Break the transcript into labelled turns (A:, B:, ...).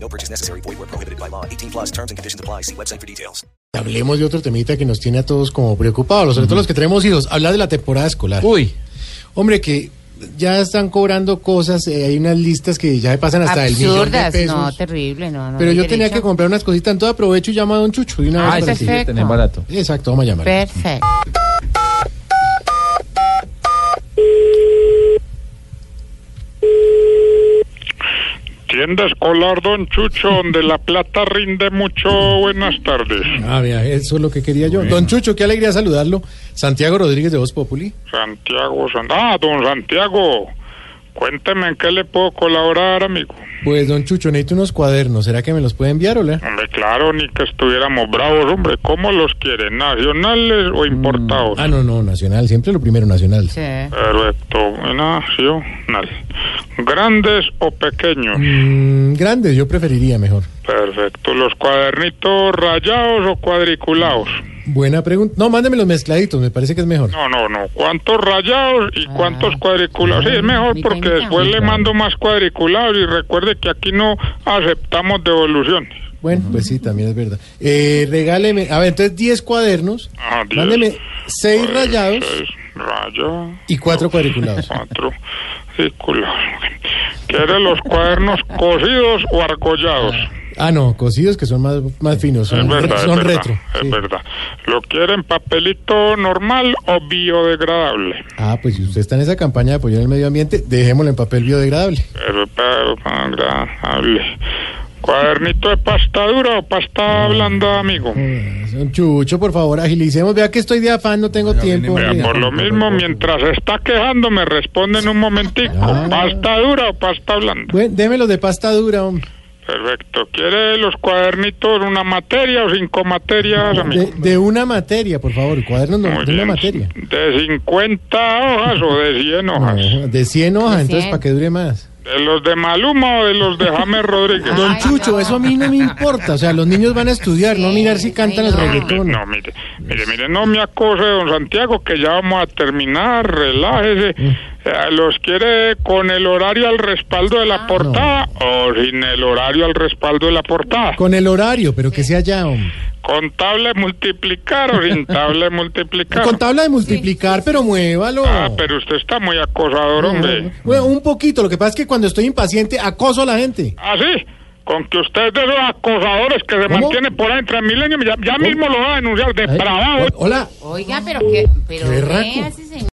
A: No purchase necessary. Void where prohibited by law. 18 plus terms and conditions apply. See website for details.
B: Hablemos de otro temita que nos tiene a todos como preocupados, sobre todo los que tenemos hijos. Hablar de la temporada escolar.
C: Uy,
B: Hombre, que ya están cobrando cosas, eh, hay unas listas que ya pasan hasta el millón de
D: Absurdas,
B: pesos.
D: no, terrible, no, no.
B: pero
D: hay
B: yo tenía que
D: derecho.
B: comprar unas cositas, entonces aprovecho y llamo a Don Chucho de una
C: ah,
B: vez
C: ese
B: para
C: sí
B: que...
C: lo tenés barato.
B: Exacto, vamos a llamar.
D: Perfecto.
E: Tienda escolar Don Chucho, donde la plata rinde mucho. Buenas tardes.
B: Ah, mira, eso es lo que quería yo. Don Chucho, qué alegría saludarlo. Santiago Rodríguez de Voz Populi.
E: Santiago, San- ah, don Santiago, cuénteme en qué le puedo colaborar, amigo.
B: Pues, Don Chucho, necesito unos cuadernos. ¿Será que me los puede enviar, hola?
E: Hombre, claro, ni que estuviéramos bravos, hombre. ¿Cómo los quieren, nacionales o importados?
B: Ah, no, no, nacional. Siempre lo primero, nacional.
D: Sí.
E: Perfecto, nacional. ¿Grandes o pequeños?
B: Mm, grandes, yo preferiría mejor.
E: Perfecto. ¿Los cuadernitos rayados o cuadriculados?
B: Buena pregunta. No, mándeme los mezcladitos, me parece que es mejor.
E: No, no, no. ¿Cuántos rayados
B: Ah,
E: y cuántos cuadriculados?
B: mm,
E: Sí, es mejor
D: mitad y
E: porque
D: mitad.
E: después
D: Sí,
E: le mando más cuadriculados y recuerde que aquí no aceptamos devoluciones.
B: Bueno, pues sí, también es verdad. Eh, regáleme, a ver, entonces 10 cuadernos.
E: Ah, diez.
B: Mándeme 6
E: Seis,
B: rayados
E: Pues, seis Ah. rayados.
B: y 4 cuadriculados.
E: Cuatro cuadriculados. ¿Quiere los cuadernos cosidos o argollados?
B: Ah, no, cosidos que son más, más finos, son,
E: es verdad,
B: son
E: es verdad,
B: retro.
E: Es
B: sí.
E: verdad. ¿Lo quiere en papelito normal o biodegradable?
B: Ah, pues si usted está en esa campaña de apoyar el medio ambiente, dejémoslo en papel biodegradable.
E: Pero, pero, agradable. ¿Cuadernito de pasta dura o
B: Ah.
E: pasta blanda, amigo?
B: Eh, Son chucho, por favor, agilicemos. Vea que estoy de afán, no tengo tiempo.
E: Vea,
B: hombre.
E: por lo mismo, mientras se está quejando, me responde en un momentico.
B: Ah.
E: ¿Pasta dura o pasta blanda?
B: Bueno, démelo de pasta dura, hombre.
E: Perfecto. ¿Quiere los cuadernitos una materia o cinco materias,
B: De,
E: amigo?
B: de una materia, por favor, cuadernos no,
E: Muy
B: de una
E: bien.
B: materia.
E: ¿De 50 hojas o de 100 hojas?
B: No, de 100 hojas,
D: De
B: entonces
D: 100.
B: para que dure más.
E: ¿De los de Maluma o de los de James Rodríguez?
B: Don
D: Ay,
B: Chucho,
D: no.
B: eso a mí no me importa. O sea, los niños van a estudiar, no
D: Sí,
B: mirar si cantan
D: sí,
B: el
D: no.
B: reggaetón.
E: No, mire, mire, mire, no me acose, don Santiago, que ya vamos a terminar, relájese.
B: Mm.
E: Eh, ¿Los quiere con el horario al respaldo de la
B: Ah.
E: portada o sin el horario al respaldo de la portada?
B: Con el horario, pero que sea ya, hombre.
E: ¿Con tabla de multiplicar o sin tabla de multiplicar?
B: Con tabla de multiplicar, pero muévalo.
E: Ah, pero usted está muy acosador, hombre.
B: Bueno, un poquito. Lo que pasa es que cuando estoy impaciente, acoso a la gente.
E: ¿Ah, sí? Con que usted es de los acosadores que se
B: ¿Cómo?
E: mantiene por ahí entre milenios, ya, ya mismo lo va a denunciar, depravado.
B: Hola.
D: Oiga, pero que. Pero
B: Qué berraco.
D: vea ese señor.